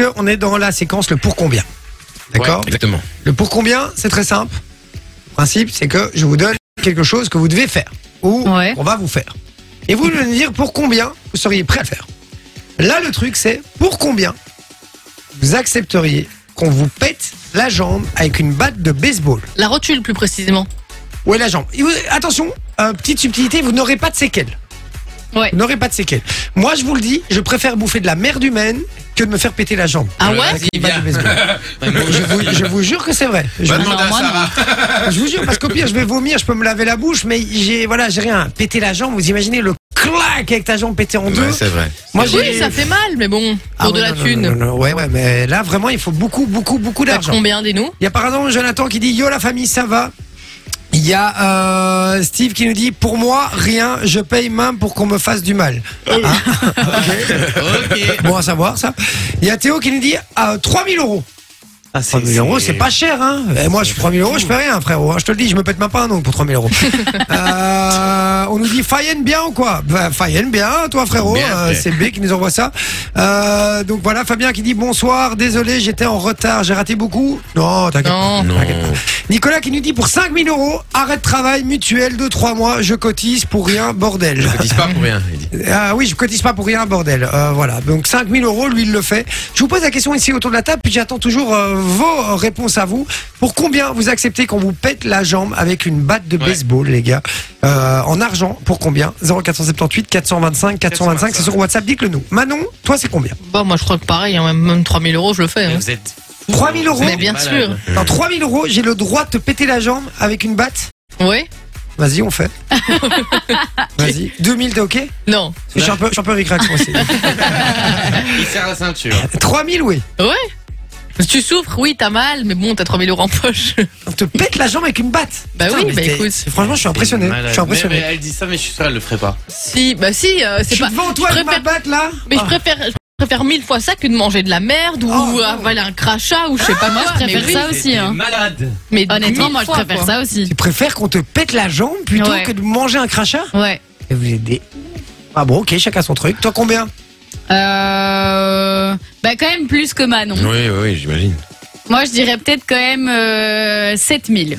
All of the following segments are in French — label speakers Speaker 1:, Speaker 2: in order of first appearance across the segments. Speaker 1: que on est dans la séquence le pour combien. D'accord
Speaker 2: Ouais, exactement.
Speaker 1: Le pour combien, c'est très simple. Le principe, c'est que je vous donne quelque chose que vous devez faire ou
Speaker 3: Ouais.
Speaker 1: on va vous faire. Et vous devez me dire pour combien vous seriez prêt à le faire. Là, le truc, c'est pour combien vous accepteriez qu'on vous pète la jambe avec une batte de baseball.
Speaker 3: La rotule, plus précisément.
Speaker 1: Ouais, la jambe. Et vous- Attention, euh, petite subtilité, vous n'aurez pas de séquelles.
Speaker 3: Ouais.
Speaker 1: Vous n'aurez pas de séquelles. Moi, je vous le dis, je préfère bouffer de la merde humaine que de me faire péter la jambe.
Speaker 4: Euh,
Speaker 3: Ah
Speaker 2: Voilà,
Speaker 3: ouais
Speaker 2: vas-y,
Speaker 1: Avec une batte
Speaker 2: viens.
Speaker 1: de baseball. je, vous, je vous jure que c'est vrai. Je,
Speaker 2: Va
Speaker 3: non,
Speaker 2: demander à
Speaker 3: moi, non.
Speaker 2: Sarah. Bah.
Speaker 1: je vous jure, parce qu'au pire, je vais vomir, je peux me laver la bouche, mais j'ai voilà, j'ai rien. Péter la jambe, vous imaginez le clac avec ta jambe pétée en deux.
Speaker 2: Ouais, Bah, c'est vrai.
Speaker 1: Moi,
Speaker 3: Oui, ça fait mal, mais bon, pour
Speaker 1: Ah
Speaker 3: de
Speaker 1: ouais,
Speaker 3: la
Speaker 1: non, non,
Speaker 3: thune.
Speaker 1: non, non, ouais, ouais, mais là, vraiment, il faut beaucoup, beaucoup, beaucoup
Speaker 3: T'as
Speaker 1: d'argent.
Speaker 3: combien, dis-nous
Speaker 1: Il y a par exemple Jonathan qui dit Yo la famille, ça va Il y a euh, Steve qui nous dit Pour moi, rien, je paye même pour qu'on me fasse du mal.
Speaker 3: Oh
Speaker 1: Hein
Speaker 2: ok.
Speaker 1: bon à savoir ça. Il y a Théo qui nous dit euh, 3000 euros.
Speaker 5: Ah,
Speaker 1: 3000 euros, c'est pas cher, hein. Et moi, je 3000 euros, je fais rien, frérot. hein. Je te le dis, je me pète ma pas un ongle pour 3000 euros. Euh, on nous dit Fayenne bien ou quoi bah, Fayenne bien, toi, frérot.
Speaker 2: Bien,
Speaker 1: Euh,
Speaker 2: ouais.
Speaker 1: c'est B qui nous envoie ça. Euh, donc voilà, Fabien qui dit bonsoir, désolé, j'étais en retard, j'ai raté beaucoup. Non, t'inquiète. pas.
Speaker 3: Non.
Speaker 2: Non.
Speaker 1: Nicolas qui nous dit pour 5000 euros, arrêt de travail, mutuel, 2-3 mois, je cotise pour rien, bordel.
Speaker 2: Ils disent pas pour rien. il dit.
Speaker 1: Ah oui, je cotise pas pour rien, bordel. Euh, voilà, donc 5000 euros, lui, il le fait. Je vous pose la question ici autour de la table, puis j'attends toujours euh, vos réponses à vous. Pour combien vous acceptez qu'on vous pète la jambe avec une batte de
Speaker 2: Ouais.
Speaker 1: baseball, les gars Euh, En argent, pour combien 0478 425 425, c'est sur WhatsApp, dites-le nous. Manon, toi, c'est combien
Speaker 3: Bah, moi, je crois que pareil, hein, même 3000 euros, je le fais.
Speaker 5: Mais
Speaker 3: hein.
Speaker 5: vous êtes.
Speaker 1: 3000 euros
Speaker 3: Mais bien sûr.
Speaker 1: Dans 3000 euros, j'ai le droit de te péter la jambe avec une batte
Speaker 3: Ouais
Speaker 1: Vas-y, on fait. Vas-y. 2000, t'es OK Parce
Speaker 3: Non.
Speaker 1: que Je suis un peu, je suis un peu ric-rac, moi aussi.
Speaker 2: Il serre la ceinture.
Speaker 1: 3000, oui.
Speaker 3: Ouais Tu souffres, oui, t'as mal, mais bon, t'as 3000 euros en poche.
Speaker 1: On te pète la jambe avec une batte.
Speaker 3: Bah oui,
Speaker 1: mais
Speaker 3: bah
Speaker 1: t'es-
Speaker 3: écoute.
Speaker 1: Franchement, je suis impressionné.
Speaker 5: Malade.
Speaker 1: Je suis impressionné.
Speaker 5: Mais- mais elle dit ça, mais je suis sûr, elle le ferait pas.
Speaker 3: Si, bah si, euh,
Speaker 1: je
Speaker 3: c'est
Speaker 1: suis
Speaker 3: pas.
Speaker 1: devant toi
Speaker 3: je
Speaker 1: avec ma
Speaker 3: préfère-
Speaker 1: batte là.
Speaker 3: Mais je
Speaker 1: Ah.
Speaker 3: préfère, je préfère mille fois ça que de manger de la merde ou euh,
Speaker 1: Oh, non.
Speaker 3: avaler un crachat ou je sais pas moi.
Speaker 4: Ah, Moi, je préfère ça aussi. hein.
Speaker 5: Malade.
Speaker 3: Mais
Speaker 4: Honnêtement,
Speaker 3: mille
Speaker 4: moi, je
Speaker 3: fois,
Speaker 4: préfère
Speaker 3: quoi.
Speaker 4: ça aussi.
Speaker 1: Tu préfères qu'on te pète la jambe plutôt
Speaker 4: Ouais.
Speaker 1: que de manger un crachat
Speaker 4: Ouais.
Speaker 1: Et vous êtes des- Ah bon, ok, chacun son truc. Toi combien
Speaker 4: Euh... Bah, quand même plus que Manon.
Speaker 2: Oui, oui, oui, j'imagine.
Speaker 4: Moi, je dirais peut-être quand même euh, 7000.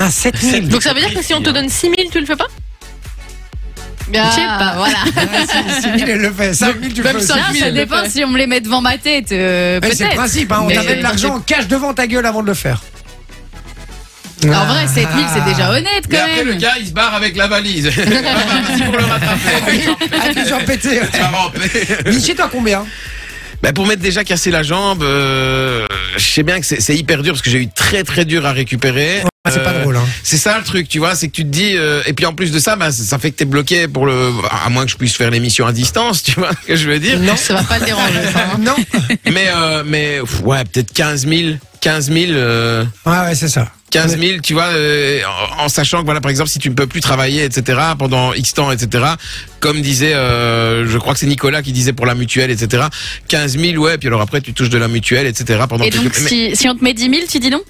Speaker 1: Ah, 7000.
Speaker 3: Donc ça veut dire que si on te donne 6000, tu le fais pas
Speaker 4: Je sais pas, voilà.
Speaker 1: Ah, 6000, elle le fait. 5000, tu le fais
Speaker 3: même
Speaker 1: aussi.
Speaker 3: ça,
Speaker 4: Non, ça
Speaker 3: je le
Speaker 4: dépend
Speaker 3: fais.
Speaker 4: si on me les met devant ma tête. euh,
Speaker 1: Eh, C'est le
Speaker 4: peut-être.
Speaker 1: principe, hein, on
Speaker 4: Mais-
Speaker 1: t'amène l'argent en cash devant ta gueule avant de le faire.
Speaker 4: En
Speaker 1: Ah.
Speaker 4: vrai, 7000, c'est déjà honnête
Speaker 2: Mais
Speaker 4: quand
Speaker 2: après, le
Speaker 4: même.
Speaker 2: gars, il se barre avec la valise. Il va pas partir pour le rattraper.
Speaker 1: Ah, tu genre pété. ouais.
Speaker 2: Il va ramper.
Speaker 1: Michi, toi combien
Speaker 2: Bah pour m'être déjà cassé la jambe, euh, je sais bien que c'est c'est hyper dur parce que j'ai eu très très dur à récupérer.
Speaker 1: Ah, C'est pas
Speaker 2: Euh,
Speaker 1: drôle. Hein.
Speaker 2: C'est ça le truc, tu vois, c'est que tu te dis euh, et puis en plus de ça, bah, ça- ça fait que t'es bloqué pour le à moins que je puisse faire l'émission à distance, tu vois ce que je veux dire.
Speaker 3: Non, ça va pas le déranger. ça, hein.
Speaker 1: Non
Speaker 2: Mais euh, mais pff, ouais, peut-être 15 000, 15 000. euh,
Speaker 1: Ah, Ouais, ouais, c'est ça.
Speaker 2: 15 000, tu vois, euh, en, en sachant que voilà, par exemple, si tu ne peux plus travailler, etc., pendant X temps, etc., comme disait, euh, je crois que c'est Nicolas qui disait pour la mutuelle, etc., 15 000, ouais, puis alors après, tu touches de la mutuelle, etc., pendant
Speaker 4: Et
Speaker 2: quelques-
Speaker 4: donc,
Speaker 2: Mais-
Speaker 4: si, si on te met 10 000, tu dis non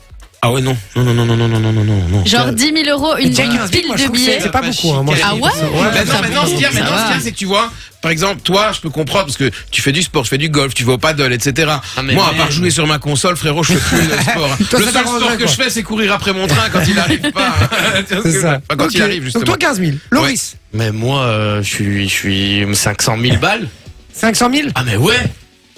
Speaker 2: Ah ouais, non, non, non, non, non, non, non, non, non, non, non.
Speaker 4: Genre 10 000 euros, une
Speaker 1: Tiens, 15 000,
Speaker 4: pile
Speaker 1: moi, je
Speaker 4: de
Speaker 1: trouve que
Speaker 4: billets.
Speaker 1: c'est- C'est pas beaucoup. hein, moi, je
Speaker 3: Ah
Speaker 1: trouve.
Speaker 3: ouais
Speaker 2: Mais Bah non,
Speaker 3: Ça
Speaker 2: mais
Speaker 3: va.
Speaker 2: non, ce qu'il y a, mais non,
Speaker 3: Ça
Speaker 2: ce qu'il y a,
Speaker 3: va.
Speaker 2: c'est que tu vois, par exemple, toi, je peux comprendre parce que tu fais du sport, je fais du golf, tu vas au paddle, etc.
Speaker 5: Ah, mais
Speaker 2: Moi, à
Speaker 5: merde.
Speaker 2: part jouer sur ma console, frérot, je fais plus de sport.
Speaker 1: Toi,
Speaker 2: Le
Speaker 1: ça
Speaker 2: seul
Speaker 1: t'arrangerait,
Speaker 2: sport que
Speaker 1: quoi.
Speaker 2: je fais, c'est courir après mon train quand il arrive pas. Tu vois ce que je
Speaker 1: C'est
Speaker 2: veux
Speaker 1: ça.
Speaker 2: dire
Speaker 5: euh, bah,
Speaker 2: Enfin, Quand
Speaker 1: Ok.
Speaker 2: il arrive, justement.
Speaker 1: Donc toi 15 000. Loris,
Speaker 5: Mais moi, euh, je suis, je suis 500 000 balles.
Speaker 1: 500 000
Speaker 5: Ah, mais ouais.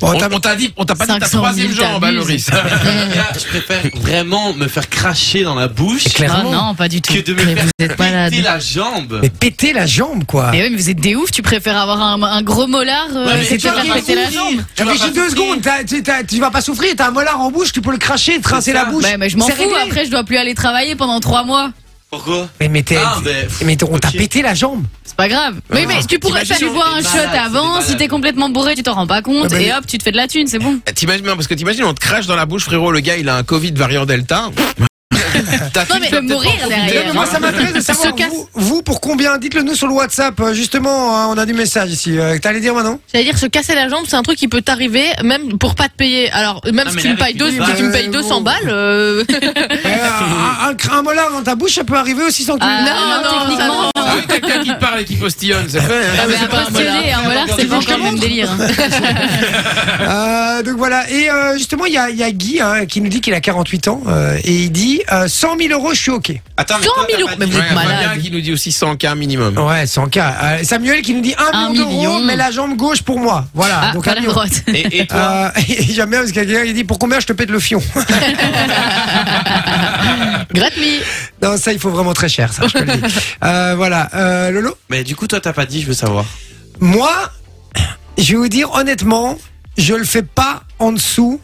Speaker 1: Bon, Oh,
Speaker 2: on
Speaker 1: t'as-
Speaker 2: on t'a dit, on t'a pas dit ta
Speaker 4: 500 000,
Speaker 2: troisième jambe, hein,
Speaker 4: t'abuses.
Speaker 2: Loris.
Speaker 5: Les gars, je préfère vraiment me faire cracher dans la bouche
Speaker 4: Ah non, pas du tout.
Speaker 5: que de me
Speaker 4: Mais
Speaker 5: faire
Speaker 4: vous êtes malade.
Speaker 5: péter la jambe.
Speaker 1: Mais péter la jambe, quoi.
Speaker 4: Mais oui, mais vous êtes des oufs, tu préfères avoir un, un gros molar euh,
Speaker 5: Ouais, mais
Speaker 4: que
Speaker 5: c'est
Speaker 4: de te
Speaker 5: toi qui
Speaker 4: faire
Speaker 5: as
Speaker 4: péter la
Speaker 5: souffert.
Speaker 4: jambe.
Speaker 5: Tu vas
Speaker 1: Réfléchis
Speaker 5: pas
Speaker 1: deux
Speaker 5: souffrir.
Speaker 1: secondes, t'as- tu t'as- tu vas pas souffrir, t'as un molar en bouche, tu peux le cracher, tracer
Speaker 5: ça.
Speaker 1: la bouche.
Speaker 4: Ouais, mais je m'en
Speaker 1: C'est
Speaker 4: fous,
Speaker 1: réglé.
Speaker 4: après je dois plus aller travailler pendant 3 mois.
Speaker 5: Pourquoi
Speaker 1: Mais, mais t'es-
Speaker 5: Ah, mais-
Speaker 1: mais t'es- on t'a
Speaker 5: Ok.
Speaker 1: pété la jambe.
Speaker 4: C'est pas grave.
Speaker 2: Ah,
Speaker 4: Oui, mais tu pourrais
Speaker 5: t'imagines,
Speaker 4: pas lui
Speaker 5: on
Speaker 4: boire
Speaker 5: est
Speaker 4: un
Speaker 5: malade,
Speaker 4: shot
Speaker 5: on est
Speaker 4: avant,
Speaker 5: malade.
Speaker 4: si t'es complètement bourré, tu t'en rends pas
Speaker 1: Ah
Speaker 4: compte,
Speaker 1: bah, mais-
Speaker 4: et hop, tu te fais de la thune, c'est bon.
Speaker 2: T'imagines, non, parce que t'imagines, on te crache dans la bouche, frérot, le gars, il a un Covid variant Delta. T'as
Speaker 3: Non, mais-
Speaker 2: tu vas
Speaker 4: Je vais
Speaker 2: peut-être
Speaker 4: mourir
Speaker 2: en profiter.
Speaker 4: derrière.
Speaker 1: Non, mais moi, ça m'intéresse de savoir,
Speaker 3: Se casse.
Speaker 1: vous, vous, pour combien Dites-le nous sur le WhatsApp. Euh, Justement, hein, on a du message ici. Euh, T'allais dire maintenant
Speaker 3: J'allais dire, se casser la jambe, c'est un truc qui peut t'arriver, même pour pas te payer. Alors, même
Speaker 5: Non,
Speaker 3: si
Speaker 5: mais
Speaker 3: tu
Speaker 5: là,
Speaker 3: me payes
Speaker 5: avec
Speaker 3: deux,
Speaker 5: une
Speaker 3: si tu me
Speaker 1: image,
Speaker 3: payes
Speaker 1: euh,
Speaker 3: 200
Speaker 1: bon.
Speaker 3: balles, euh,
Speaker 4: Ah,
Speaker 1: Euh, Un, un, cr- un molar dans ta bouche, ça peut arriver aussi sans que tu
Speaker 4: Ah,
Speaker 1: le-
Speaker 3: non, non, ça
Speaker 4: techniquement,
Speaker 3: va.
Speaker 2: Ah oui, quelqu'un qui te parle et qui postillonne, c'est fait. hein.
Speaker 3: Ah, mais
Speaker 4: c'est
Speaker 3: après,
Speaker 4: pas un
Speaker 3: c'est-
Speaker 4: molard. Un molard,
Speaker 3: c'est
Speaker 4: c'est pas encore le
Speaker 3: vraiment-
Speaker 4: même délire. hein.
Speaker 1: Euh, donc voilà. Et euh, justement, il y a, il y a Guy hein, qui nous dit qu'il a 48 ans euh, et il dit euh, 100 000 euros, je suis OK.
Speaker 5: Attends, mais
Speaker 3: 100
Speaker 5: toi,
Speaker 3: 000
Speaker 5: t'as
Speaker 3: euros.
Speaker 5: pas
Speaker 3: Mais
Speaker 5: dit-
Speaker 3: vous
Speaker 2: Ouais,
Speaker 3: êtes
Speaker 2: Fabien
Speaker 3: malade.
Speaker 2: qui nous dit aussi 100K minimum.
Speaker 1: Ouais, 100 k Euh, Samuel qui nous dit 1
Speaker 4: Un
Speaker 1: million d'euros,
Speaker 4: million.
Speaker 1: mais la jambe gauche pour moi. Voilà.
Speaker 4: Ah,
Speaker 1: donc
Speaker 4: pas
Speaker 1: un
Speaker 4: la
Speaker 1: million.
Speaker 4: droite.
Speaker 5: Et, et toi
Speaker 1: Euh, et j'aime bien parce qu'il y a quelqu'un qui dit pour combien je te pète le fion.
Speaker 3: Gratte-mi.
Speaker 1: non, ça il faut vraiment très cher, ça. Je te le dis. Euh, voilà, Euh, Lolo.
Speaker 5: Mais du coup, toi, t'as pas dit, je veux savoir.
Speaker 1: Moi, je vais vous dire honnêtement, je le fais pas en dessous.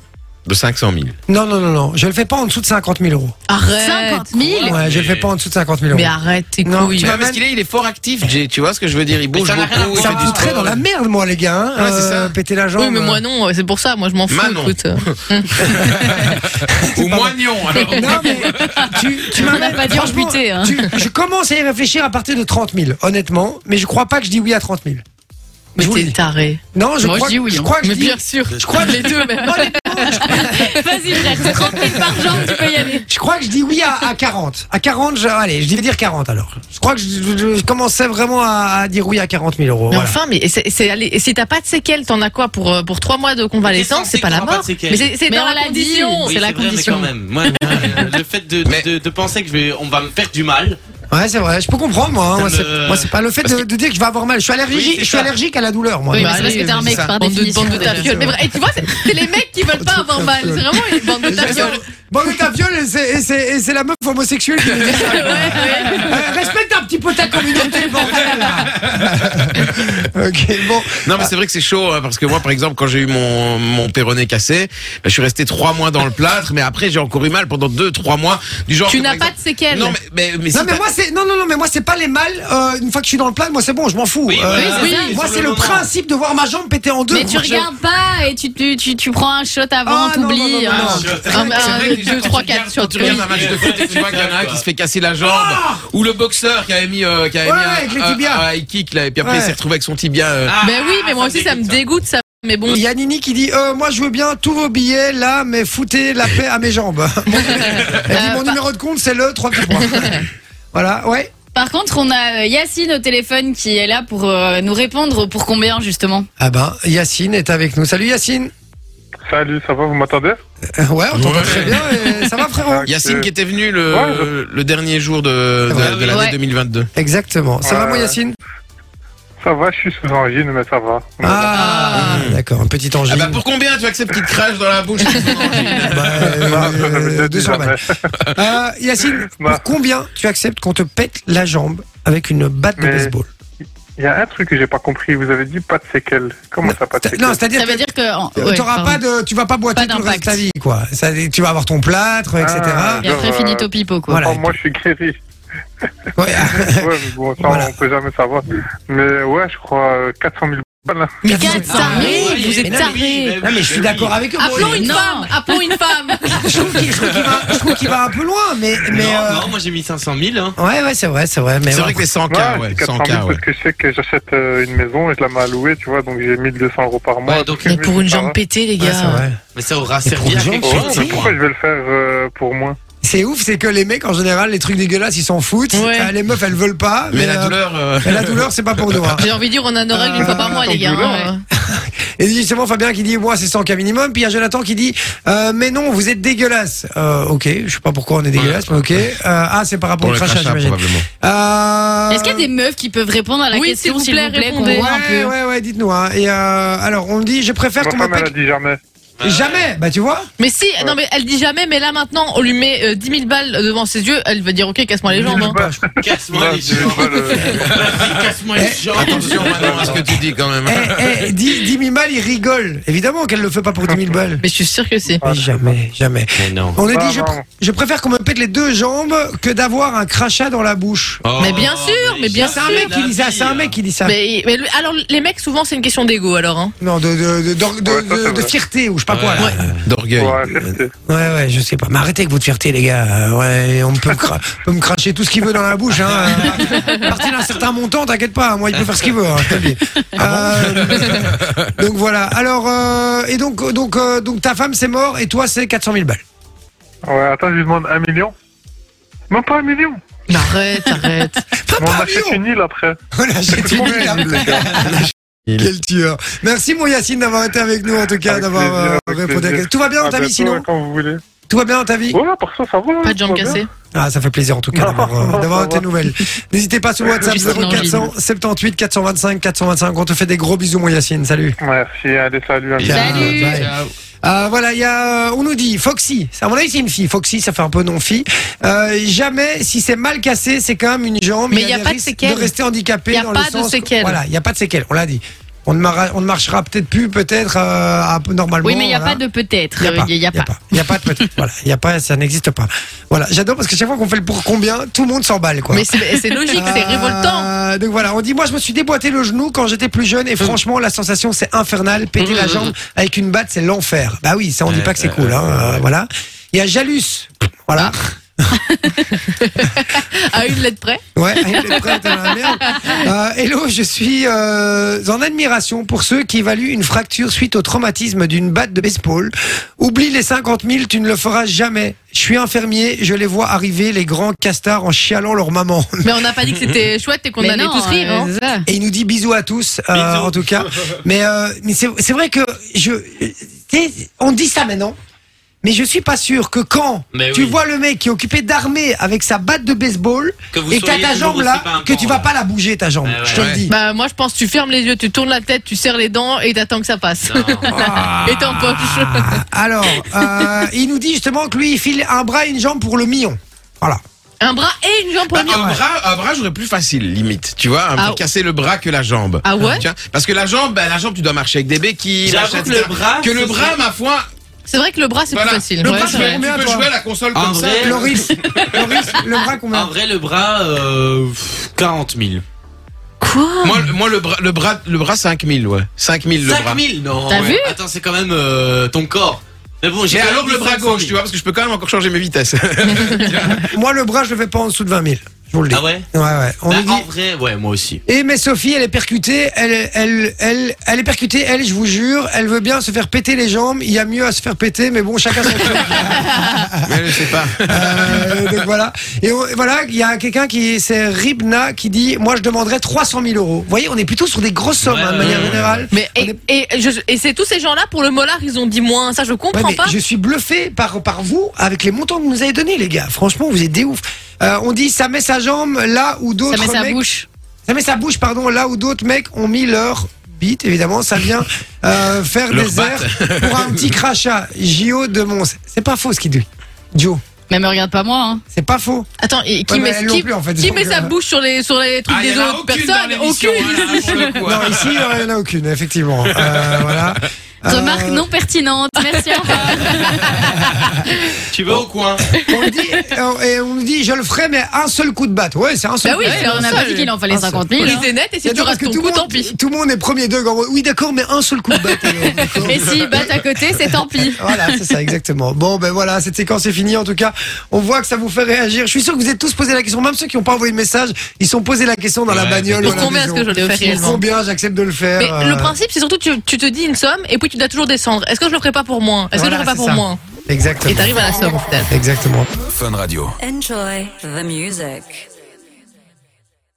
Speaker 2: De 500 000.
Speaker 1: Non, non, non, non, je le fais pas en dessous de 50 000 euros.
Speaker 3: Arrête.
Speaker 4: 50 000
Speaker 1: Ouais, je le fais pas en dessous de 50 000 euros.
Speaker 3: Mais arrête tes
Speaker 1: Non,
Speaker 3: couilles.
Speaker 1: tu
Speaker 2: Tu vois,
Speaker 1: vas
Speaker 2: parce
Speaker 1: même-
Speaker 2: qu'il est, il est fort actif, Jay. Tu vois ce que je veux dire Il bouge
Speaker 5: ça n'a rien à
Speaker 2: beaucoup. il
Speaker 5: voir.
Speaker 1: Ça
Speaker 2: fait
Speaker 1: me
Speaker 2: du
Speaker 1: foutrait
Speaker 2: sport.
Speaker 1: dans la merde, moi, les gars. hein.
Speaker 2: Ouais, c'est ça.
Speaker 1: Euh, péter la jambe.
Speaker 3: Oui, mais moi non, c'est pour ça, moi je m'en fous.
Speaker 2: Manon.
Speaker 3: écoute.
Speaker 2: Ou moignon, alors.
Speaker 1: Non, mais tu, tu
Speaker 4: On
Speaker 1: m'amènes-
Speaker 4: n'a pas dit
Speaker 1: franchement,
Speaker 4: amputé, hein.
Speaker 1: tu- je commence à y réfléchir à partir de 30 000, honnêtement. Mais je crois pas que je dis oui à 30 000.
Speaker 3: Mais
Speaker 1: Je vous le
Speaker 3: t'es
Speaker 1: dis.
Speaker 3: taré.
Speaker 1: Non, je
Speaker 3: Moi
Speaker 1: crois,
Speaker 3: je dis oui.
Speaker 1: je
Speaker 3: hein.
Speaker 1: crois que je
Speaker 3: Mais
Speaker 1: dis.
Speaker 3: bien sûr.
Speaker 5: Je
Speaker 3: Je crois les deux même.
Speaker 4: Vas-y, frère, 30 000 par jambe, tu peux y aller.
Speaker 1: Je crois que je dis oui à, à 40. À 40, je, allez, je vais dire 40 alors. Je crois que je, je- je commençais vraiment à, à dire oui à 40 000 euros.
Speaker 3: Mais
Speaker 1: voilà.
Speaker 3: enfin, mais c'est, c'est- allez, si t'as pas de séquelles, t'en as quoi pour euh, pour trois mois de convalescence
Speaker 5: censé
Speaker 3: C'est pas la
Speaker 5: qu'on aura pas
Speaker 3: mort.
Speaker 5: de séquelles.
Speaker 3: Mais c'est, c'est
Speaker 4: Mais
Speaker 3: dans
Speaker 4: on
Speaker 3: la
Speaker 4: l'a dit.
Speaker 3: condition.
Speaker 5: Oui,
Speaker 3: c'est la
Speaker 5: vrai, mais
Speaker 3: condition.
Speaker 5: quand même. Moi, euh, le fait de,
Speaker 2: Mais-
Speaker 5: de, de penser que je vais, on va me faire du mal.
Speaker 1: Ouais, c'est vrai. Je peux comprendre, moi. hein.
Speaker 5: Ça
Speaker 1: Moi,
Speaker 5: me-
Speaker 1: c'est- moi, c'est pas le fait
Speaker 2: Parce
Speaker 1: de, de dire que je vais avoir mal. Je suis allergique,
Speaker 5: Oui, c'est
Speaker 1: je suis
Speaker 5: ça.
Speaker 1: allergique à la douleur, moi.
Speaker 4: Oui,
Speaker 3: Bah,
Speaker 4: mais c'est parce
Speaker 3: allez,
Speaker 4: que t'es un
Speaker 3: c'est
Speaker 4: mec,
Speaker 2: ça.
Speaker 4: par
Speaker 3: Bande de,
Speaker 4: définition.
Speaker 3: bande de ta
Speaker 4: déjà.
Speaker 3: gueule. Mais vrai, et tu vois, c'est, c'est les mecs qui veulent pas avoir mal. C'est vraiment une bande de ta gueule.
Speaker 1: Bon, mais ta viole, et c'est- et c'est et c'est la meuf homosexuelle qui me dit ça. Euh, Respecte un petit peu ta communauté, bordel. là. ok, bon.
Speaker 2: Non mais c'est vrai que c'est chaud hein, parce que moi par exemple quand j'ai eu mon mon péroné cassé, ben, je suis resté trois mois dans le plâtre mais après j'ai encore eu mal pendant deux trois mois du genre.
Speaker 4: Tu
Speaker 2: que,
Speaker 4: n'as
Speaker 2: par
Speaker 4: pas de
Speaker 2: exemple-
Speaker 4: séquelles.
Speaker 2: Non mais mais, mais si
Speaker 1: Non mais
Speaker 2: t'as-
Speaker 1: moi c'est non non non mais moi c'est pas les mâles euh, une fois que je suis dans le plat moi c'est bon je m'en fous.
Speaker 5: Oui,
Speaker 1: Euh,
Speaker 5: oui,
Speaker 4: c'est
Speaker 1: oui,
Speaker 4: ça.
Speaker 1: moi
Speaker 5: Sur
Speaker 1: c'est
Speaker 5: le
Speaker 1: le
Speaker 5: moment.
Speaker 1: principe de voir ma jambe péter en deux.
Speaker 4: Mais tu
Speaker 1: Franchement,
Speaker 4: regardes pas et tu, tu, tu, tu prends un shot avant,
Speaker 1: Ah, non,
Speaker 4: t'oublies.
Speaker 1: non, non, non,
Speaker 4: hein.
Speaker 1: non.
Speaker 2: C'est vrai que- c'est vrai que
Speaker 3: Un,
Speaker 2: déjà,
Speaker 3: deux,
Speaker 2: quand
Speaker 3: trois,
Speaker 2: tu regardes-
Speaker 3: quatre, sur
Speaker 2: quand tu regardes un match de foot et tu vois qu'il y en a un qui se fait casser la jambe ou le boxeur qui avait mis euh, qui avait
Speaker 1: Ouais,
Speaker 2: mis un-
Speaker 1: avec les
Speaker 2: un-
Speaker 1: tibias.
Speaker 2: un high kick là et puis après
Speaker 1: Ouais.
Speaker 2: il s'est retrouvé avec son tibia. euh,
Speaker 5: Ah.
Speaker 3: Ben oui, mais moi aussi ça me
Speaker 5: dégoûte.
Speaker 3: dégoûte ça. Mais bon.
Speaker 1: Il y a Nini qui dit euh, moi je veux bien tous vos billets là mais foutez la paix à mes jambes. Elle dit,
Speaker 3: Euh,
Speaker 4: bah-
Speaker 1: mon
Speaker 3: pas-
Speaker 1: numéro de compte c'est le 3 petits points. voilà ouais.
Speaker 4: Par contre, on a euh, Yacine au téléphone qui est là pour euh, nous répondre pour combien justement
Speaker 1: Ah ben Yacine est avec nous. Salut Yacine.
Speaker 6: Salut, ça va, vous m'entendez
Speaker 1: Euh, ouais on t'entend
Speaker 2: Ouais.
Speaker 1: très bien. et ça va frérot.
Speaker 2: Yacine qui était venu le,
Speaker 6: Ouais, je-
Speaker 2: le dernier jour de, de-
Speaker 1: Ouais,
Speaker 2: de l'année
Speaker 4: ouais.
Speaker 2: 2022.
Speaker 1: Exactement. Euh, Ça va
Speaker 6: Ouais,
Speaker 1: moi
Speaker 6: ouais.
Speaker 1: Yacine.
Speaker 6: Ça va, je suis sous angine, mais ça va.
Speaker 1: Ah, d'accord un petit
Speaker 2: Ah
Speaker 1: angine.
Speaker 2: bah pour combien tu acceptes qu'il te crache dans la bouche
Speaker 1: Bah,
Speaker 6: Non, je ne
Speaker 1: euh,
Speaker 6: le dis
Speaker 1: 200
Speaker 6: jamais.
Speaker 1: balles. Euh, Yacine,
Speaker 6: Bah.
Speaker 1: pour combien tu acceptes qu'on te pète la jambe avec une batte de
Speaker 6: Mais-
Speaker 1: baseball
Speaker 6: Il y a un truc que j'ai pas compris, vous avez dit pas de séquelles. Comment ça, pas de séquelles
Speaker 1: Non, c'est-à-dire
Speaker 4: Ça veut
Speaker 1: que
Speaker 4: dire que. en-
Speaker 1: euh,
Speaker 4: ouais,
Speaker 1: t'auras
Speaker 4: pardon.
Speaker 1: pas de, tu vas pas boiter
Speaker 4: Pas
Speaker 1: tout le reste de
Speaker 4: d'impact.
Speaker 1: ta vie, quoi. Ça, tu vas avoir ton plâtre, etc.
Speaker 6: Ah.
Speaker 4: Et après,
Speaker 6: Genre, euh,
Speaker 4: finito pipo quoi.
Speaker 1: voilà.
Speaker 6: Oh, moi, je suis guéri.
Speaker 1: Ouais. Ah,
Speaker 6: Ouais, mais bon, ça,
Speaker 1: Voilà.
Speaker 6: on peut jamais savoir. Mais ouais, je crois euh, 400 000 balles.
Speaker 1: Mais
Speaker 4: Quatre
Speaker 1: vous-
Speaker 4: tarés,
Speaker 1: Ah, oui.
Speaker 4: vous
Speaker 1: Mais
Speaker 4: êtes
Speaker 1: non,
Speaker 4: tarés.
Speaker 1: Non, mais je suis d'accord avec eux.
Speaker 3: Appelons une
Speaker 4: Non.
Speaker 3: femme, appelons une femme.
Speaker 1: Je trouve qu'il je trouve qu'il va, je trouve qu'il va un peu loin, mais, mais,
Speaker 5: non,
Speaker 1: euh,
Speaker 5: non, moi j'ai mis 500 000. Hein.
Speaker 1: ouais, ouais, c'est vrai, c'est vrai, mais
Speaker 2: C'est
Speaker 1: ouais.
Speaker 2: vrai que les 100K,
Speaker 6: Ouais,
Speaker 2: ouais,
Speaker 6: c'est 400
Speaker 2: 100K,
Speaker 6: 000
Speaker 2: ouais.
Speaker 6: parce que je sais que j'achète euh, une maison et je la mets à louer, tu vois, donc j'ai 1200 euros par mois.
Speaker 5: Ouais, donc,
Speaker 3: Mais pour une jambe
Speaker 6: pétée.
Speaker 3: pétée, les
Speaker 1: Ouais, c'est
Speaker 3: gars.
Speaker 1: vrai.
Speaker 5: Mais ça aura
Speaker 1: Et pour
Speaker 5: servi à
Speaker 1: une
Speaker 5: quelque
Speaker 1: jambe
Speaker 5: chose. hein.
Speaker 1: pétée.
Speaker 6: Pourquoi je vais le faire euh, pour moi
Speaker 1: C'est ouf, c'est que les mecs, en général, les trucs dégueulasses, ils s'en foutent.
Speaker 3: Ouais.
Speaker 1: Euh, Les meufs, elles veulent pas.
Speaker 2: Mais la
Speaker 1: euh,
Speaker 2: douleur. euh,
Speaker 1: mais la douleur, c'est pas pour nous. hein.
Speaker 3: J'ai envie de dire, on a nos règles une fois par mois, les gars. hein.
Speaker 1: Et justement, Fabien qui dit, moi, c'est 100 cas minimum. Puis il y a Jonathan qui dit, euh, mais non, vous êtes dégueulasse. Euh, ok, je sais pas pourquoi on est dégueulasse, mais ok. Euh, ah, c'est par rapport
Speaker 2: Pour
Speaker 1: au
Speaker 2: le
Speaker 1: crachat,
Speaker 2: crachat,
Speaker 1: j'imagine.
Speaker 2: probablement.
Speaker 1: Euh...
Speaker 4: Est-ce qu'il y a des meufs qui peuvent répondre à la
Speaker 3: Oui,
Speaker 4: question
Speaker 3: s'il vous plaît,
Speaker 4: qu'on
Speaker 3: répondez.
Speaker 4: voit un
Speaker 1: Ouais,
Speaker 4: peu
Speaker 1: ouais, ouais, dites-nous. Hein. Et euh, alors, on me dit, je préfère
Speaker 6: Ma
Speaker 1: qu'on
Speaker 6: femme, elle a
Speaker 1: m'appelle.
Speaker 6: dit jamais.
Speaker 1: Jamais Bah, tu vois
Speaker 3: Mais si, non mais elle dit jamais, mais là maintenant, on lui met euh, 10 000 balles devant ses yeux, elle va dire ok, casse-moi les jambes. hein.
Speaker 6: pas.
Speaker 5: Casse-moi
Speaker 6: Ouais,
Speaker 5: les
Speaker 6: je vais
Speaker 5: jambes.
Speaker 6: pas le-
Speaker 5: Vas-y, Casse-moi les jambes.
Speaker 2: Attention maintenant à ce que tu dis quand même. hein,
Speaker 1: Eh, eh, 10, 10 000 balles, il rigole. Évidemment qu'elle le fait pas pour 10 000 balles.
Speaker 3: Mais je suis sûr que si.
Speaker 1: Mais jamais, jamais.
Speaker 5: Mais non.
Speaker 1: On a
Speaker 6: Ah,
Speaker 1: dit, je, pr-
Speaker 6: non.
Speaker 1: je préfère qu'on me pète les deux jambes que d'avoir un crachat dans la bouche.
Speaker 5: Oh,
Speaker 3: Mais bien sûr, mais bien
Speaker 1: C'est un mec qui dit ça, c'est un mec qui dit ça.
Speaker 3: Mais, mais le- alors les mecs souvent c'est une question d'ego alors. Hein.
Speaker 1: Non, de, de, de, de,
Speaker 6: Ouais, ça,
Speaker 1: de-
Speaker 6: c'est
Speaker 1: de
Speaker 6: vrai.
Speaker 1: fierté, ou je sais pas quoi. là.
Speaker 2: d'orgueil.
Speaker 6: Ouais, fierté.
Speaker 1: Ouais, ouais, je sais pas. Mais arrêtez avec votre fierté, les gars. Euh, ouais, on peut me, cra- peut me cracher tout ce qu'il veut dans la bouche. Hein. Euh, À partir d'un certain montant, t'inquiète pas. Moi, il peut faire ce qu'il veut. hein, je te le dis. Ah Euh, donc voilà. Alors, euh, et donc, donc, euh, donc ta femme, c'est mort et toi, c'est 400 000 balles.
Speaker 6: Ouais, attends, je lui demande un million. Même pas un million.
Speaker 3: Arrête, arrête.
Speaker 6: Mais on
Speaker 1: Papa,
Speaker 6: achète bah, une île après.
Speaker 1: On achète une île, là.
Speaker 6: Combien une île, les gars
Speaker 1: Quel tueur. Merci, mon Yacine, d'avoir été avec nous, en tout cas,
Speaker 6: Avec
Speaker 1: d'avoir
Speaker 6: plaisir,
Speaker 1: euh,
Speaker 6: avec
Speaker 1: répondu à la
Speaker 6: plaisir.
Speaker 1: question. Tout va bien dans
Speaker 6: À
Speaker 1: ta
Speaker 6: bientôt,
Speaker 1: vie, sinon
Speaker 6: Quand vous voulez.
Speaker 1: Tout va bien dans ta vie
Speaker 6: Ouais, par ça, ça va.
Speaker 3: Pas de jambes
Speaker 6: tout va bien.
Speaker 3: cassées.
Speaker 1: Ah, ça fait plaisir en tout cas d'avoir, euh, d'avoir tes nouvelles. N'hésitez pas sur WhatsApp
Speaker 3: Juste une
Speaker 1: 0478 425 425. On te fait des gros bisous, mon Yacine. Salut.
Speaker 6: Merci, allez, salut. à bientôt.
Speaker 4: Salut.
Speaker 1: Bye. Euh, voilà, il y a, euh, on nous dit Foxy. À mon avis, c'est une fille. Foxy, ça fait un peu non fille. Euh, jamais, si c'est mal cassé, c'est quand même une jambe.
Speaker 3: Mais
Speaker 1: Il
Speaker 3: y a
Speaker 1: des
Speaker 3: pas de
Speaker 1: risques
Speaker 3: séquelles.
Speaker 1: De rester handicapé.
Speaker 3: Y a
Speaker 1: dans
Speaker 3: pas
Speaker 1: le
Speaker 3: de
Speaker 1: sens que-
Speaker 3: séquelles.
Speaker 1: Voilà, il y a pas de séquelles. On l'a dit. On ne, marra- on ne marchera peut-être plus, peut-être euh, à- normalement.
Speaker 4: Oui, mais il n'y a
Speaker 1: voilà.
Speaker 4: pas de peut-être.
Speaker 1: Il
Speaker 4: Il n'y a pas.
Speaker 1: Il n'y a pas de peut-être. Voilà, il y a pas, ça n'existe pas. Voilà, j'adore parce que chaque fois qu'on fait le pour combien, tout le monde s'emballe quoi.
Speaker 3: Mais c'est c'est logique, c'est
Speaker 1: Euh,
Speaker 3: révoltant.
Speaker 1: donc voilà, on dit moi je me suis déboîté le genou quand j'étais plus jeune et franchement la sensation c'est infernal. Péter la jambe avec une batte c'est l'enfer. Bah oui, ça on dit pas que c'est cool. hein, euh, voilà. Il y a Jalus. Voilà.
Speaker 3: À une lettre près.
Speaker 1: Ouais, elle est prête à la merde. Euh, hello, je suis euh, en admiration pour ceux qui évaluent une fracture suite au traumatisme d'une batte de baseball. Oublie les 50 000, tu ne le feras jamais. Je suis infirmier, je les vois arriver, les grands castards en chialant leur maman.
Speaker 3: Mais on n'a pas dit que c'était chouette et qu'on
Speaker 4: Mais
Speaker 3: allait
Speaker 4: non,
Speaker 3: tous rire. hein.
Speaker 4: euh, c'est ça.
Speaker 1: Et il nous dit bisous à tous, euh,
Speaker 5: Bisous.
Speaker 1: en tout cas. Mais, euh, mais c'est c'est vrai que je, tu sais, on dit ça maintenant. Mais je suis pas sûr que quand
Speaker 5: Mais
Speaker 1: tu
Speaker 5: oui.
Speaker 1: vois le mec qui est occupé d'armée avec sa batte de baseball
Speaker 5: Que vous
Speaker 1: et que t'as
Speaker 5: soyez
Speaker 1: ta
Speaker 5: toujours
Speaker 1: jambe là,
Speaker 5: aussi pimpant,
Speaker 1: que tu vas
Speaker 5: ouais.
Speaker 1: pas la bouger ta jambe.
Speaker 5: hein. Eh Ouais,
Speaker 1: je te
Speaker 2: ouais.
Speaker 1: le dis.
Speaker 3: Bah moi je pense tu fermes les yeux, tu tournes la tête, tu serres les dents et t'attends que ça passe. et t'empoches.
Speaker 1: Ah. Alors, euh, il nous dit justement que lui, il file un bras et une jambe pour le million. Voilà.
Speaker 3: Un bras et une jambe pour
Speaker 2: Bah,
Speaker 3: le mien.
Speaker 2: un, bras, un bras, j'aurais plus facile, limite. Tu vois, un
Speaker 3: Ah
Speaker 2: peu
Speaker 3: ou-
Speaker 2: casser le bras que la jambe.
Speaker 3: Ah ouais
Speaker 2: Tu vois, Parce que la jambe, bah, la jambe, tu dois marcher avec des béquilles.
Speaker 5: J'avoue
Speaker 2: machin,
Speaker 5: que le
Speaker 2: etc.
Speaker 5: bras,
Speaker 2: Que le
Speaker 5: ce
Speaker 2: bras,
Speaker 5: serait-
Speaker 2: ma foi.
Speaker 3: C'est vrai que le bras c'est
Speaker 2: voilà.
Speaker 3: plus facile.
Speaker 2: Le
Speaker 3: Ouais,
Speaker 2: bras,
Speaker 3: c'est
Speaker 2: tu peux-
Speaker 3: vrai.
Speaker 2: tu
Speaker 1: Combien,
Speaker 2: peux
Speaker 1: toi
Speaker 2: jouer à la console
Speaker 5: En
Speaker 2: comme ça.
Speaker 5: vrai,
Speaker 1: Loris, Loris, le bras
Speaker 5: En
Speaker 1: combien
Speaker 5: vrai, le bras, euh, pff, 40 000.
Speaker 3: Quoi
Speaker 2: Moi, le- moi, le bras, le bras, le bras, 5000, ouais. 5000, le bras.
Speaker 5: 5 000, non.
Speaker 3: T'as vu
Speaker 5: Attends, c'est quand même euh, ton corps. Mais bon, j'ai
Speaker 2: Mais
Speaker 5: quand
Speaker 2: alors
Speaker 5: même
Speaker 2: le
Speaker 5: dit
Speaker 2: bras
Speaker 5: 500
Speaker 2: gauche,
Speaker 5: 000.
Speaker 2: tu vois, parce que je peux quand même encore changer mes vitesses.
Speaker 1: Moi, le bras, je le fais pas en dessous de 20 000. Je vous le dis.
Speaker 5: Ah ouais
Speaker 1: Ouais, ouais. On
Speaker 5: Bah,
Speaker 1: nous dit-
Speaker 5: En vrai, ouais, moi aussi.
Speaker 1: Et mais Sophie, elle est percutée, elle, elle, elle, elle est percutée, elle, je vous jure, elle veut bien se faire péter les jambes. Il y a mieux à se faire péter, mais bon, chacun son truc.
Speaker 2: Mais je sais pas.
Speaker 1: Euh, donc voilà. Et on- voilà, il y a quelqu'un qui, c'est Ribna, qui dit, moi, je demanderais 300 000 euros. Vous voyez, on est plutôt sur des grosses sommes,
Speaker 5: Ouais,
Speaker 1: hein, de
Speaker 5: ouais,
Speaker 1: manière
Speaker 5: ouais.
Speaker 1: générale.
Speaker 3: Mais
Speaker 1: On
Speaker 3: et, et, je- et c'est tous ces gens-là pour le molar ils ont dit moins. Ça je
Speaker 1: Ouais,
Speaker 3: comprends
Speaker 1: mais
Speaker 3: pas.
Speaker 1: je suis bluffé par, par vous avec les montants que vous nous avez donnés, les gars. Franchement, vous êtes des ouf. Euh, on dit ça met sa jambe là où d'autres.
Speaker 4: Ça met sa
Speaker 1: mecs-
Speaker 4: bouche.
Speaker 1: Ça met sa bouche, pardon, là où d'autres mecs ont mis leur bite, évidemment. Ça vient euh, faire
Speaker 2: Leur
Speaker 1: des airs pour un petit crachat. JO de Mons. C'est pas faux ce qu'il dit. Joe,
Speaker 4: Mais me regarde pas moi. hein.
Speaker 1: c'est pas faux.
Speaker 3: Attends, et qui
Speaker 1: Ouais, mais
Speaker 3: met
Speaker 1: elles l'ont
Speaker 3: qui,
Speaker 1: plus, en fait,
Speaker 3: qui
Speaker 1: donc,
Speaker 3: met sa
Speaker 1: euh,
Speaker 3: bouche sur les sur les trucs
Speaker 2: Ah, y
Speaker 3: des
Speaker 2: en a
Speaker 3: autres
Speaker 2: aucune dans
Speaker 3: Personne,
Speaker 2: l'émission,
Speaker 3: aucune.
Speaker 2: voilà, pour le coup,
Speaker 1: Non,
Speaker 2: hein.
Speaker 1: ici, euh, il n'y en a aucune, effectivement. Euh, voilà.
Speaker 4: Remarque
Speaker 1: Euh,
Speaker 4: non pertinente. Merci. au revoir.
Speaker 5: Tu vas au coin.
Speaker 1: On dit, euh, et on dit, je le ferai, mais un seul coup de batte. Ouais, c'est un seul
Speaker 3: Bah oui,
Speaker 1: coup de
Speaker 4: Ouais,
Speaker 3: c'est
Speaker 4: on n'a
Speaker 3: un
Speaker 4: pas dit
Speaker 3: seul.
Speaker 4: qu'il en fallait
Speaker 1: Un seul.
Speaker 4: 50 000.
Speaker 3: Oui,
Speaker 4: hein.
Speaker 3: c'est net et si tu
Speaker 1: Attends, parce
Speaker 3: rates
Speaker 1: que
Speaker 3: ton
Speaker 1: tout
Speaker 3: coup,
Speaker 1: le
Speaker 3: tant
Speaker 1: monde-
Speaker 3: pis.
Speaker 1: Tout le monde est premier deux. gros. Oui, d'accord, mais un seul coup de batte. alors, d'accord.
Speaker 4: Et s'ils battent à côté, c'est tant pis.
Speaker 1: Voilà, c'est ça, exactement. Bon, ben voilà, cette séquence est finie. En tout cas, on voit que ça vous fait réagir. Je suis sûr que vous êtes tous posé la question. Même ceux qui n'ont pas envoyé de message, ils sont posés la question dans la
Speaker 5: Ouais,
Speaker 1: bagnole.
Speaker 3: Pour
Speaker 1: ou à la
Speaker 3: combien est-ce
Speaker 1: maison.
Speaker 3: que je le fais
Speaker 4: Pour
Speaker 1: Pour
Speaker 3: réellement
Speaker 1: combien j'accepte de le faire
Speaker 3: Mais
Speaker 1: euh,
Speaker 3: le principe, c'est surtout tu, tu te dis une somme et puis tu dois toujours descendre. Est-ce que je le ferai pas pour moins Est-ce
Speaker 1: Voilà,
Speaker 3: que je le
Speaker 1: c'est
Speaker 3: ferai pas pour
Speaker 1: ça.
Speaker 3: moins
Speaker 1: Exactement.
Speaker 3: Et t'arrives à la somme au final.
Speaker 1: Exactement.
Speaker 7: Enjoy the music.